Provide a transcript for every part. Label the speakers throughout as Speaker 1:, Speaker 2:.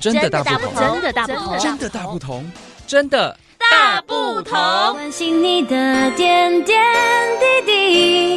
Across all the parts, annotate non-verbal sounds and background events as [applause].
Speaker 1: 真的大
Speaker 2: 大
Speaker 1: 不同，
Speaker 2: 真的大不
Speaker 3: 真
Speaker 2: 同，
Speaker 1: 真的大不同，真的
Speaker 2: 大不同。
Speaker 3: 关心你的点点滴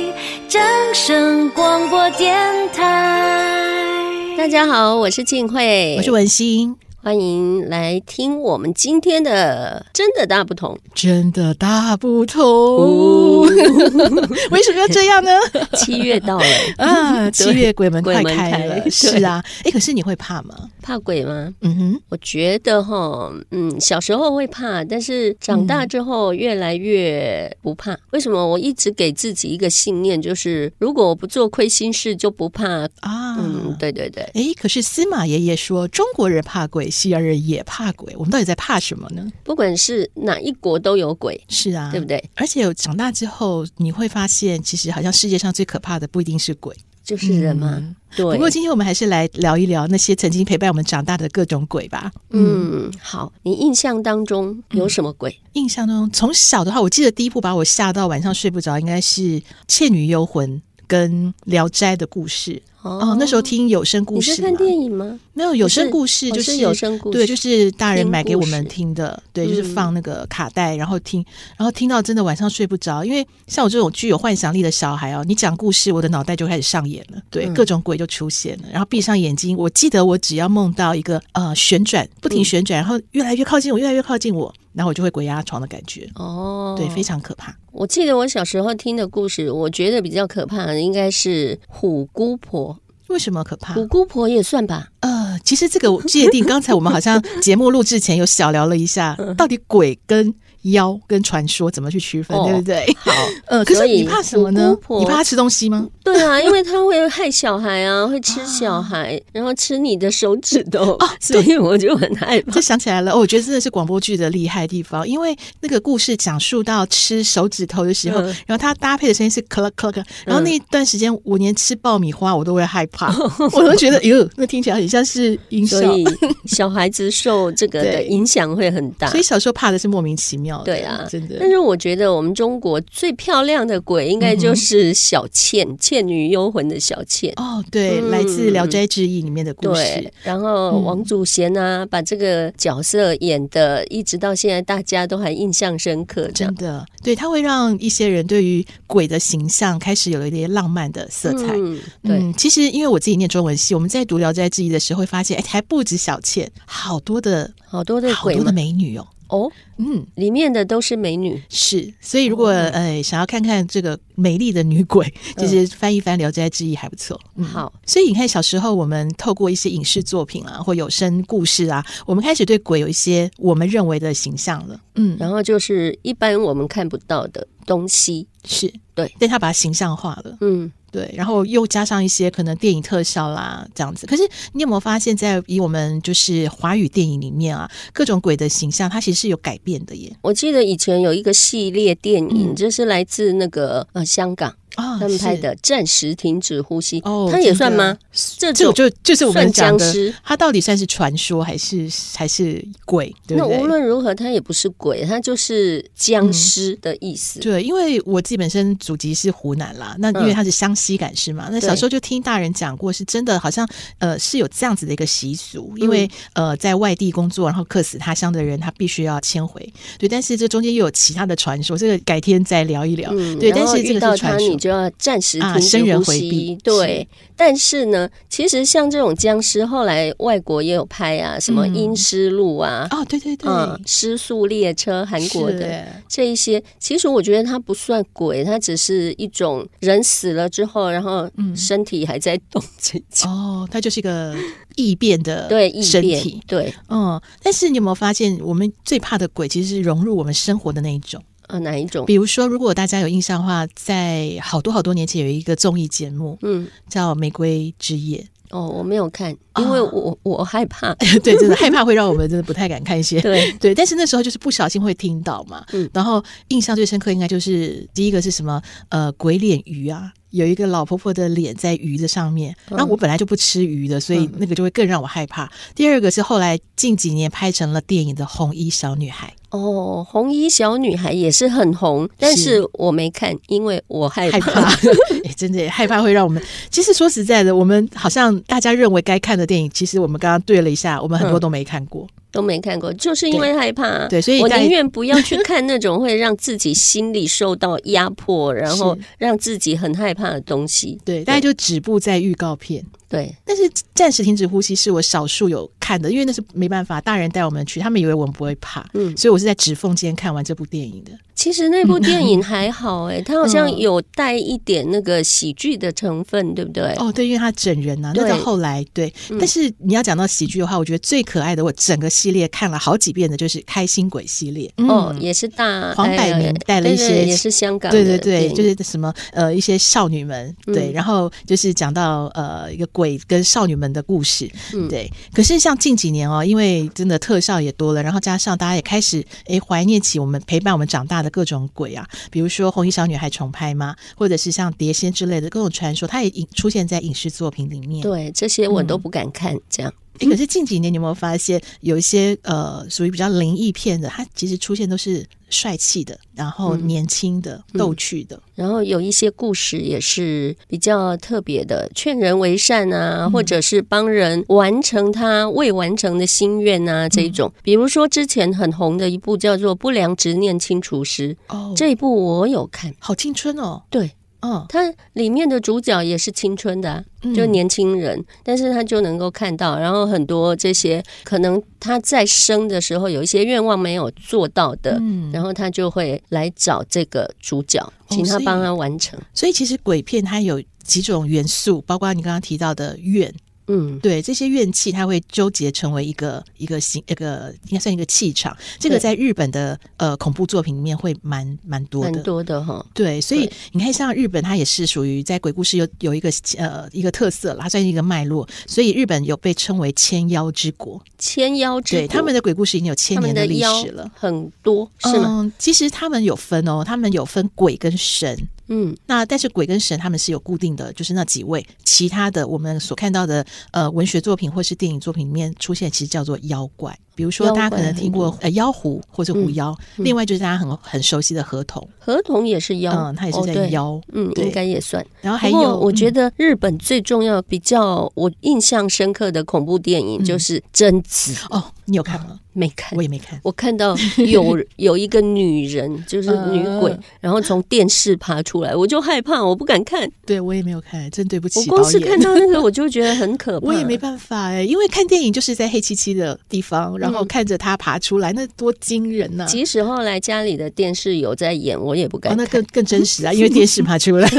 Speaker 3: 滴，掌声广播电台。
Speaker 4: 大家好，我是静慧，
Speaker 5: 我是文心，
Speaker 4: 欢迎来听我们今天的真的大不同。
Speaker 5: 真的大
Speaker 4: [laughs]
Speaker 5: 不同。为什么要这样呢？
Speaker 4: 七月到了，
Speaker 5: 啊，七月鬼门快
Speaker 4: 鬼门
Speaker 5: 开
Speaker 4: 开
Speaker 5: 了，
Speaker 4: 对
Speaker 5: 是啊。哎，可是你会怕吗？
Speaker 4: [laughs] 怕鬼吗？
Speaker 5: 嗯哼，
Speaker 4: 我觉得哈，嗯，小时候会怕，但是长大
Speaker 5: 嗯
Speaker 4: 之后越来越不怕。为什么？我一直给自己一个信念，就是如果我不做亏心事，就不怕。
Speaker 5: 啊，
Speaker 4: 嗯，对对对，
Speaker 5: 哎，可是司马爷爷说，中国人怕鬼，西洋人也怕鬼，我们到底在怕什么呢？
Speaker 4: 不管是哪一国都有鬼，
Speaker 5: 是啊，
Speaker 4: 对不？对？
Speaker 5: 而且长大之后，你会发现，其实好像世界上最可怕的不一定是鬼，
Speaker 4: 就是人嘛。
Speaker 5: 嗯
Speaker 4: 对。
Speaker 5: 不过今天我们还是来聊一聊那些曾经陪伴我们长大的各种鬼吧。
Speaker 4: 嗯，好，你印象当中
Speaker 5: 嗯
Speaker 4: 有什么鬼？
Speaker 5: 印象中，从小的话，我记得第一部把我吓到晚上睡不着，应该是《倩女幽魂》跟《聊斋》的故事。哦，那时候听有声故
Speaker 4: 你
Speaker 5: 事嘛，
Speaker 4: 是看电影吗？
Speaker 5: 没有有声故事
Speaker 4: 哦
Speaker 5: 就是
Speaker 4: 有声故事，
Speaker 5: 对，就是大人
Speaker 4: 听
Speaker 5: 买给
Speaker 4: 故
Speaker 5: 我们
Speaker 4: 事
Speaker 5: 听的，对，就是
Speaker 4: 嗯
Speaker 5: 放那个卡带，然后听，然后听到真的晚上睡不着，因为像我这种具有幻想力的小孩哦，你讲故事，我的脑袋就开始上演了，对，
Speaker 4: 嗯
Speaker 5: 各种鬼就出现了，然后闭上眼睛，我记得我只要梦到一个呃旋转，
Speaker 4: 嗯
Speaker 5: 不停旋转，然后越来越靠近我，越来越靠近我，然后我就会鬼压床的感觉，
Speaker 4: 哦，
Speaker 5: 对，非。常可怕。
Speaker 4: 我记得我小时候听的故事，我觉得比较可怕的应该是虎姑婆，
Speaker 5: 为什么可怕？
Speaker 4: 虎姑婆也算
Speaker 5: [laughs]
Speaker 4: 吧。
Speaker 5: 呃，其实这个我界定，刚才我们好像节目录制前有小聊了
Speaker 4: [laughs]
Speaker 5: 一下，
Speaker 4: 嗯
Speaker 5: 到底鬼跟妖跟传说怎么去区分，
Speaker 4: 哦
Speaker 5: 对不对？
Speaker 4: 好，
Speaker 5: [laughs] 呃，可
Speaker 4: 所
Speaker 5: 是
Speaker 4: 以
Speaker 5: 你怕什么呢
Speaker 4: 虎？姑婆
Speaker 5: 你怕他吃东
Speaker 4: [laughs]
Speaker 5: 西吗？
Speaker 4: 对啊，因为她会害小孩啊，会吃小孩，然后吃你的手指头， [laughs] 所以我就很害怕
Speaker 5: 哦这。想起来了，哦我觉得真的是广播剧的厉害地方，因为那个故事讲述到吃手指头的时候，
Speaker 4: 嗯
Speaker 5: 然后它搭配的声音是 cluck cluck，然后那一段时间我连吃爆米花我都会害
Speaker 4: [laughs]
Speaker 5: 怕，我都觉得哟，那听起来很像是音效
Speaker 4: 所。以
Speaker 5: [laughs]
Speaker 4: 小孩子受这个的
Speaker 5: 对
Speaker 4: 影响会很大。
Speaker 5: 所以小时候怕的是莫名其妙的，
Speaker 4: 啊对啊
Speaker 5: 真的
Speaker 4: 但。是我觉得我们中国最漂亮的鬼应该
Speaker 5: 嗯
Speaker 4: 就是小倩，倩女幽魂的小倩。
Speaker 5: 哦，对，
Speaker 4: 嗯
Speaker 5: 来自《聊斋志异》里面的故
Speaker 4: 对
Speaker 5: 事，，
Speaker 4: 然后王祖贤啊，把这个角色演的，一直到现在大家都还印象深刻。这
Speaker 5: 真
Speaker 4: 样，
Speaker 5: 的，对，它会让一些人对于鬼的形象开始有了一些浪漫的色彩。
Speaker 4: 嗯，对，
Speaker 5: 嗯，其实因为我自己念中文系，我们在读《聊斋志异》的时候会发现，哎，还不止小倩，好多的
Speaker 4: 好多的
Speaker 5: 好
Speaker 4: 鬼
Speaker 5: 多
Speaker 4: 嘛，
Speaker 5: 的美女哦。
Speaker 4: 哦，
Speaker 5: 嗯，
Speaker 4: 里面的都是美女，
Speaker 5: 是，所以如果、
Speaker 4: 哦
Speaker 5: 呃想要看看这个美丽的女鬼，
Speaker 4: 嗯
Speaker 5: 其实翻一翻《聊斋志异》还不错。嗯，
Speaker 4: 好，
Speaker 5: 所以你看，小时候我们透过一些影视作品啊，或有声故事啊，我们开始对鬼有一些我们认为的形象了。嗯，
Speaker 4: 然后就是一般我们看不到的东西，
Speaker 5: 是
Speaker 4: 对，
Speaker 5: 但他把它形象化了。
Speaker 4: 嗯，
Speaker 5: 对，然后又加上一些可能电影特效啦，这样子。可是你有没有发现，在以我们就是华语电影里面啊，各种鬼的形象，它其实是有改变的耶。
Speaker 4: 我记得以前有一个系列电影，
Speaker 5: 嗯
Speaker 4: 这是来自那个呃香港，
Speaker 5: 啊，
Speaker 4: 他们拍
Speaker 5: 是
Speaker 4: 的《暂时停止呼吸》，
Speaker 5: 哦，
Speaker 4: 它也
Speaker 5: 真的
Speaker 4: 算吗？？这
Speaker 5: 这
Speaker 4: 种
Speaker 5: 种就就是我们
Speaker 4: 算僵
Speaker 5: 讲的，
Speaker 4: 尸。
Speaker 5: 它到底算是传说还是还是鬼？对
Speaker 4: 那
Speaker 5: 不对？
Speaker 4: 无论如何，它也不是鬼，它就是僵尸的意思。
Speaker 5: 对，因为我自己本身祖籍是湖南啦，那因
Speaker 4: 嗯
Speaker 5: 为它是湘西赶尸嘛，那小时候就听大人讲过，是真的好像呃是有这样子的一个习俗，
Speaker 4: 嗯
Speaker 5: 因为、呃在外地工作，然后客死他乡的人，他必须要迁回。对，但是这中间又有其他的传说，这个改天再聊一聊。
Speaker 4: 嗯，
Speaker 5: 对，
Speaker 4: 然
Speaker 5: 但
Speaker 4: 后
Speaker 5: 是这
Speaker 4: 遇
Speaker 5: 个
Speaker 4: 到
Speaker 5: 是
Speaker 4: 它，
Speaker 5: 传
Speaker 4: 你
Speaker 5: 说。
Speaker 4: 就要暂时
Speaker 5: 啊
Speaker 4: 停止
Speaker 5: 生人
Speaker 4: 呼
Speaker 5: 回
Speaker 4: 吸。
Speaker 5: 避
Speaker 4: 对，但是呢，其实像这种僵尸，后来外国也有拍啊，什么《
Speaker 5: 嗯
Speaker 4: 阴尸路》啊，
Speaker 5: 哦，对对对，
Speaker 4: 嗯，《失速列车》，韩国
Speaker 5: 是
Speaker 4: 的这一些，其实我觉得它不算鬼，它只是一种人死了之后，然后
Speaker 5: 嗯
Speaker 4: 身体还在动这
Speaker 5: [laughs]
Speaker 4: 种。
Speaker 5: 哦，它就是一个异变的
Speaker 4: [laughs] 对，异
Speaker 5: 身
Speaker 4: 变
Speaker 5: 体，，
Speaker 4: 对，
Speaker 5: 嗯，但是你有没有发现，我们最怕的鬼其实是融入我们生活的那一种。
Speaker 4: 啊，哪一种？
Speaker 5: 比如说，如果大家有印象的话，在好多好多年前有一个综艺节目
Speaker 4: 嗯，
Speaker 5: 叫《玫瑰之夜 [laughs]
Speaker 4: 哦，我没有看，因为
Speaker 5: 哦
Speaker 4: 我、我害怕。》，
Speaker 5: 对，真的害怕会让我们真的不太敢看一些。
Speaker 4: 对，
Speaker 5: 对，但是那时候就是不小心会听到嘛，
Speaker 4: 嗯
Speaker 5: 然后印象最深刻应该就是第一个是什么呃鬼脸鱼啊，有一个老婆婆的脸在鱼的上面，
Speaker 4: 嗯
Speaker 5: 然后我本来就不吃鱼的，所以那个就会更让我害怕。第二个是后来近几年拍成了电影的《红衣小女孩》。
Speaker 4: 哦，红衣小女孩也是很红，但是我没看，因为我害
Speaker 5: 害怕， [laughs] 欸、真的害怕会让我们。其实说实在的，我们好像大家认为该看的电影，其实我们刚刚对了一下，我们很多都没看过，嗯、
Speaker 4: 都没看过，就是因为害怕、啊
Speaker 5: 對。对，所以
Speaker 4: 我宁愿不要去看那种会让自己心里受到压迫，然后让自己很害怕的东西。
Speaker 5: 对，對大家就止步在预告片。
Speaker 4: 对，
Speaker 5: 但是暂时停止呼吸是我少数有看的，因为那是没办法，大人带我们去，他们以为我们不会怕，嗯，所以我是在指缝间看完这部电影的。
Speaker 4: 其实那部电
Speaker 5: [laughs]
Speaker 4: 影还好哎、欸，它好
Speaker 5: 嗯
Speaker 4: 像有带一点那个喜剧的成分，对不对？
Speaker 5: 哦，对，因为他整人呐、啊，那到后来对。嗯但是你要讲到喜剧的话，我觉得最可爱的，我整个系列看了好几遍的，就是《开心鬼》系列。
Speaker 4: 嗯、哦，也是大呃
Speaker 5: 黄百鸣带了一些，
Speaker 4: 对对也是香港，
Speaker 5: 对对对，就是什么呃一些少女们对，嗯、然后就是讲到呃一个鬼跟少女们的故事，嗯、对。可是像近几年哦，因为真的特效也多了，然后加上大家也开始哎怀念起我们陪伴我们长大的。各种鬼啊，比如说《红衣小女孩》重拍嘛，或者是像碟仙之类的各种传说，它也影出现在影视作品里面。
Speaker 4: 对，这些我都不敢看，嗯、这样。
Speaker 5: 可是近几年，你有没有发现有一些呃属于比较灵异片的，它其实出现都是帅气的，然后年轻的、嗯、逗趣的、嗯，
Speaker 4: 然后有一些故事也是比较特别的，劝人为善啊，嗯、或者是帮人完成他未完成的心愿啊，这种。比如说之前很红的一部叫做《不良执念清除师》，哦，这一部我有看，
Speaker 5: 好青春哦，
Speaker 4: 对。哦，它里面的主角也是青春的、啊，就年轻人，嗯、但是他就能够看到，然后很多这些可能他在生的时候有一些愿望没有做到的，嗯、然后他就会来找这个主角，请他帮他完成。哦、
Speaker 5: 所,以所以其实鬼片它有几种元素，包括你刚刚提到的愿。嗯，对，这些怨气它会纠结成为一个一个形一个应该算一个气场，这个在日本的呃恐怖作品里面会蛮蛮多的，
Speaker 4: 蛮多的哈。
Speaker 5: 对，所以你看，像日本它也是属于在鬼故事有有一个呃一个特色啦，它算是一个脉络，所以日本有被称为千妖之国。
Speaker 4: 千妖之
Speaker 5: 对，他们的鬼故事已经有千年
Speaker 4: 的
Speaker 5: 历史了，
Speaker 4: 很多是吗、嗯？
Speaker 5: 其实他们有分哦，他们有分鬼跟神。嗯，那但是鬼跟神他们是有固定的，就是那几位，其他的呃我们所看到的呃文学作品或是电影作品里面出现，其实叫做妖怪。比如说，大家可能听过呃妖狐或者狐妖，嗯、另外就是大家很很熟悉的河童，
Speaker 4: 河童也是妖，
Speaker 5: 嗯，它也是在妖，哦、
Speaker 4: 嗯，应该也算。
Speaker 5: 然后还有，嗯
Speaker 4: 我觉得日本最重要、比较我印象深刻的恐怖电影就是《贞子》
Speaker 5: 嗯、哦，你有看吗？
Speaker 4: 没看，
Speaker 5: 嗯我也没看。
Speaker 4: 我看到
Speaker 5: [laughs]
Speaker 4: 有有一个女人，就是女鬼，
Speaker 5: 嗯
Speaker 4: 然后从电视爬出来，我就害怕，我不敢看。
Speaker 5: 对我也没有看，真对不起。
Speaker 4: 我光是
Speaker 5: [laughs]
Speaker 4: 看到那个，我就觉得很可怕。
Speaker 5: 我也没办法哎、欸，因为看电影就是在黑漆漆的地方，然后。然后看着他爬出来，那多惊人呐、啊！
Speaker 4: 即使后来家里的电视有在演，我也不敢、哦。
Speaker 5: 那更更真实啊，因为电视爬 [laughs] 出来。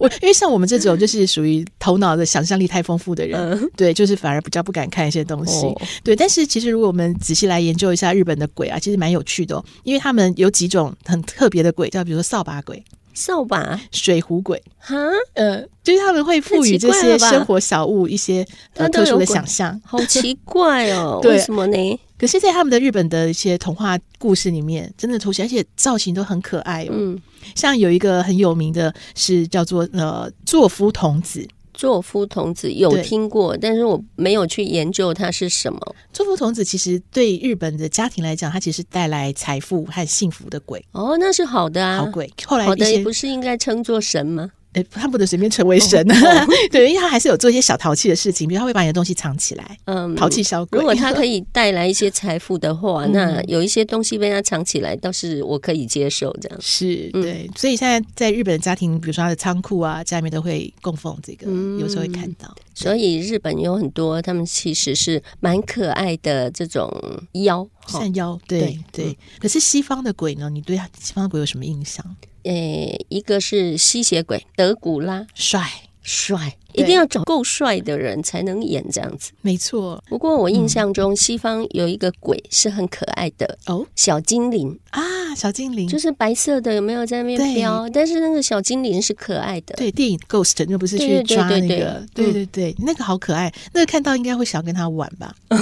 Speaker 5: 我因为像我们这种就是属于头脑的想象力太丰富的人，
Speaker 4: 呃
Speaker 5: [laughs] 嗯、对，就是反而比较不敢看一些东西。哦、对，但是其实如果我们仔细来研究一下日本的鬼啊，其实蛮有趣的、哦，因为他们有几种很特别的鬼，叫比如说扫把鬼。
Speaker 4: 扫把、
Speaker 5: 水壶鬼，
Speaker 4: 哈，
Speaker 5: 呃，就是他们会赋予这些生活小物一些呃特殊的想象，
Speaker 4: 好奇怪
Speaker 5: [laughs]
Speaker 4: 哦，为什么呢？
Speaker 5: 可是，在他们的日本的一些童话故事里面，真的出现，而且造型都很可爱、哦。嗯，像有一个很有名的是叫做呃作夫童子。
Speaker 4: 作夫童子有听过，但是我没有去研究它是什么。
Speaker 5: 作夫童子其实对日本的家庭来讲，它其实带来财富和幸福的鬼。
Speaker 4: 哦，那是好的啊，
Speaker 5: 好鬼。后来
Speaker 4: 好的不是应哦该称作神吗？
Speaker 5: 哎、欸，他不能随便成为神， [laughs] 对，因为他还是有做一些小淘气的事情，比如他会把你的东西藏起来，嗯，淘气小鬼。
Speaker 4: 如果他可以带来一些财富的话，嗯、那有一些东西被他藏起来，倒是我可以接受。这样
Speaker 5: [laughs] 是对，嗯、所以现在在日本的家庭，比如说他的仓库啊，家里面都会供奉这个，嗯、有时候会看到。
Speaker 4: 所以日本有很多，他们其实是蛮可爱的这种妖，
Speaker 5: 善妖，对
Speaker 4: 嗯
Speaker 5: 对。可是西方的鬼呢？你对西方的鬼有什么印象？
Speaker 4: 呃，一个是吸血鬼德古拉，
Speaker 5: 帅
Speaker 4: 帅，一定要找够帅的人才能演这样子。
Speaker 5: 没错。
Speaker 4: 不过我印象中，嗯、西方有一个鬼是很可爱的哦，小精灵
Speaker 5: 啊，小精灵
Speaker 4: 就是白色的，有没有在那边飘？但是那个小精灵是可爱的。
Speaker 5: 对，电影《Ghost》那不是去抓那个？对对对，
Speaker 4: 嗯
Speaker 5: 那个好可爱，那个看到应该会想跟他玩吧。 [laughs]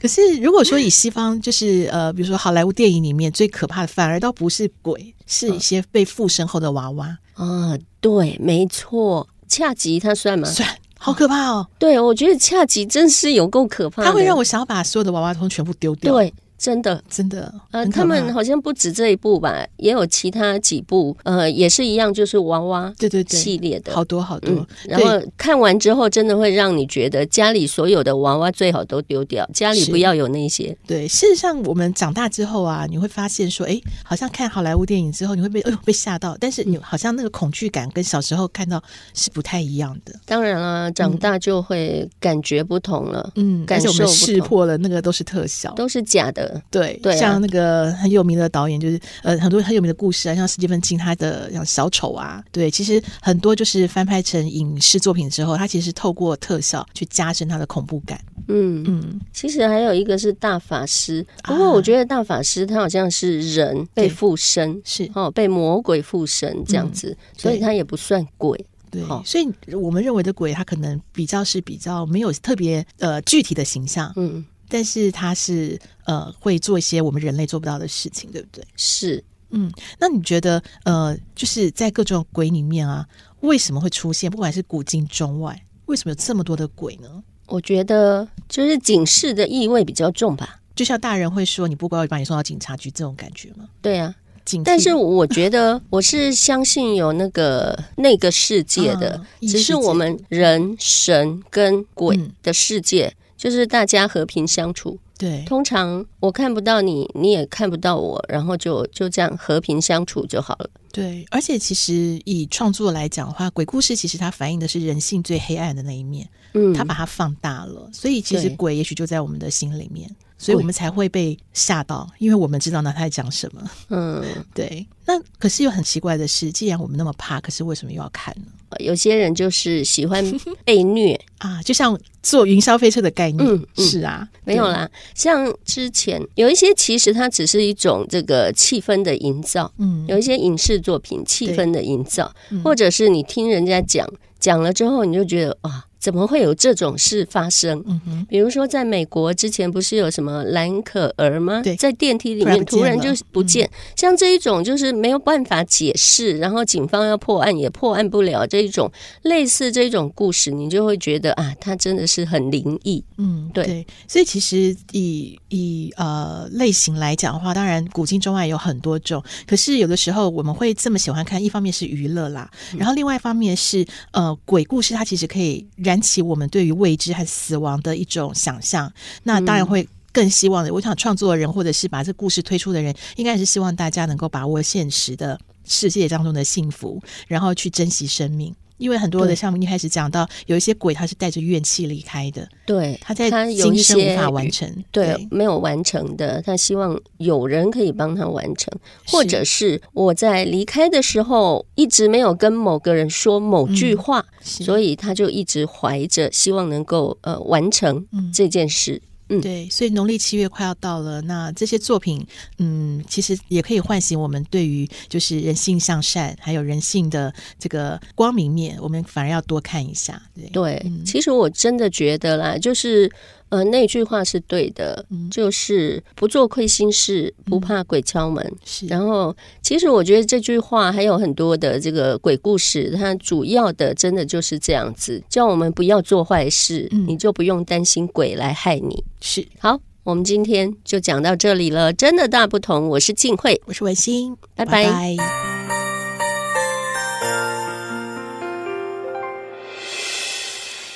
Speaker 5: 可是如果说以西方，就是呃，比如说好莱坞电影里面最可怕的，反而倒不是鬼。是一些被附身后的娃娃
Speaker 4: 啊，对，没错，恰吉它算吗？
Speaker 5: 算，好可怕哦！
Speaker 4: 对，我觉得恰吉真是有够可怕的，
Speaker 5: 它会让我想要把所有的娃娃通全部丢
Speaker 4: 嗯
Speaker 5: 掉。，
Speaker 4: 对，真的。
Speaker 5: 真的，
Speaker 4: 呃，
Speaker 5: 很可
Speaker 4: 他们
Speaker 5: 怕
Speaker 4: 好像不止这一部吧，也有其他几部，呃，也是一样，就是娃娃
Speaker 5: 对对对，
Speaker 4: 系列的。
Speaker 5: 好多好多
Speaker 4: 嗯，，然后看完之后，真的会让你觉得家里所有的娃娃最好都丢掉，家里
Speaker 5: 是
Speaker 4: 不要有那些。
Speaker 5: 对，事实上，我们长大之后啊，你会发现说，哎，好像看好莱坞电影之后，你会被哎呦被吓到，但是
Speaker 4: 嗯
Speaker 5: 你好像那个恐惧感跟小时候看到是不太一样的。
Speaker 4: 当然啦，长大就会感觉不同了，
Speaker 5: 嗯，
Speaker 4: 感
Speaker 5: 而且我
Speaker 4: 受
Speaker 5: 们
Speaker 4: 不
Speaker 5: 识
Speaker 4: 同，
Speaker 5: 破了那个都是特效。
Speaker 4: 都是假的。
Speaker 5: 对，
Speaker 4: 对啊
Speaker 5: 像那个很有名的导演，就是呃很多很有名的故事啊，像史蒂芬金他的像小丑啊，对，其实很多就是翻拍成影视作品之后，他其实透过特效去加深他的恐怖感。
Speaker 4: 嗯，
Speaker 5: 嗯，
Speaker 4: 其实还有一个是大法师，
Speaker 5: 啊
Speaker 4: 不过我觉得大法师他好像是人被
Speaker 5: 对嗯
Speaker 4: 附身，
Speaker 5: 是
Speaker 4: 哦，被魔鬼附身这样子，所以他也不算鬼。
Speaker 5: 对
Speaker 4: 好，
Speaker 5: 所以我们认为的鬼，他可能比较是比较没有特别呃具体的形象，
Speaker 4: 嗯，
Speaker 5: 但是他是呃会做一些我们人类做不到的事情，对不对？
Speaker 4: 是。
Speaker 5: 嗯，那你觉得呃，就是在各种鬼里面啊，为什么会出现？不管是古今中外，为什么有这么多的鬼呢？
Speaker 4: 我觉得就是警示的意味比较重吧。
Speaker 5: 就像大人会说，你不乖，我就把你送到警察局这种感觉吗？
Speaker 4: 对啊，
Speaker 5: 警惕，
Speaker 4: 但是我觉得我是相信有那个那个世界的
Speaker 5: 啊，异
Speaker 4: 只
Speaker 5: 世
Speaker 4: 是
Speaker 5: 界
Speaker 4: 我们人、神跟鬼
Speaker 5: 嗯
Speaker 4: 的世界，就是大家和平相处。
Speaker 5: 对
Speaker 4: 通常我看不到你，你也看不到我，然后就就这样和平相处就好了。
Speaker 5: 对，而且其实以创作来讲的话，鬼故事其实它反映的是人性最黑暗的那一面。
Speaker 4: 嗯，
Speaker 5: 他把它放大了，所以其实
Speaker 4: 对
Speaker 5: 鬼也许就在我们的心里面，所以我们才会被吓到，因为我们知道那他在讲什么。 [laughs]
Speaker 4: 嗯，
Speaker 5: 对，那可是又很奇怪的是，既然我们那么怕，可是为什么又要看呢？
Speaker 4: 有些人就是喜
Speaker 5: [laughs]
Speaker 4: 欢被虐，
Speaker 5: 啊，就像坐云霄飞车的概念，
Speaker 4: 嗯嗯
Speaker 5: 是啊，
Speaker 4: 没有啦。像之前有一些，其实它只是一种这个气氛的营造。
Speaker 5: 对，嗯，
Speaker 4: 有一些影视作品气氛的营造，
Speaker 5: 嗯
Speaker 4: 或者是你听人家讲讲了之后，你就觉得哇，怎么会有这种事发生？
Speaker 5: 嗯哼，
Speaker 4: 比如说，在美国之前不是有什么蓝可儿吗
Speaker 5: 对？
Speaker 4: 在电梯里
Speaker 5: 突然
Speaker 4: 面
Speaker 5: 不见
Speaker 4: 突然
Speaker 5: 了嗯
Speaker 4: 就不见，像这一种就是没有办法解释，然后警方要破案也破案不了这一种类似这种故事，你就会觉得啊，它真的是很灵异。
Speaker 5: 嗯，
Speaker 4: 对
Speaker 5: 对，所以其实以以呃类型来讲的话，当然古今中外有很多种，可是有的时候我们会这么喜欢看，一方面是娱乐啦，
Speaker 4: 嗯
Speaker 5: 然后另外一方面是呃鬼故事，它其实可以燃起我们对于未知和死亡的一种想象，
Speaker 4: 嗯
Speaker 5: 那当然会。更希望的，我想创作的人或者是把这故事推出的人，应该也是希望大家能够把握现实的世界当中的幸福，然后去珍惜生命。因为很多的
Speaker 4: 对
Speaker 5: 像我们一开始讲到，有一些鬼他是带着怨气离开的，
Speaker 4: 对，
Speaker 5: 他在
Speaker 4: 有
Speaker 5: 今
Speaker 4: 一
Speaker 5: 生
Speaker 4: 些
Speaker 5: 无法完成，
Speaker 4: 对，没有完成的，他希望有人可以帮他完成，或者是我在离开的时候一直没有跟某个人说某句话，所
Speaker 5: 以
Speaker 4: 以他就一直怀着希望能够呃完成
Speaker 5: 嗯
Speaker 4: 这件事。嗯
Speaker 5: 对，所以农历七月快要到了，那这些作品，嗯，其实也可以唤醒我们对于就是人性向善，还有人性的这个光明面，我们反而要多看一下，对，
Speaker 4: 对，其实我真的觉得啦，就是呃那句话是对的，就是不做亏心事，不怕鬼敲门。
Speaker 5: 是，
Speaker 4: 然后，其实我觉得这句话还有很多的这个鬼故事，它主要的真的就是这样子，叫我们不要做坏事，
Speaker 5: 嗯
Speaker 4: 你就不用担心鬼来害你。
Speaker 5: 是，
Speaker 4: 好，我们今天就讲到这里了，真的大不同。我是静慧，
Speaker 5: 我是文心，
Speaker 4: 拜拜
Speaker 5: 拜拜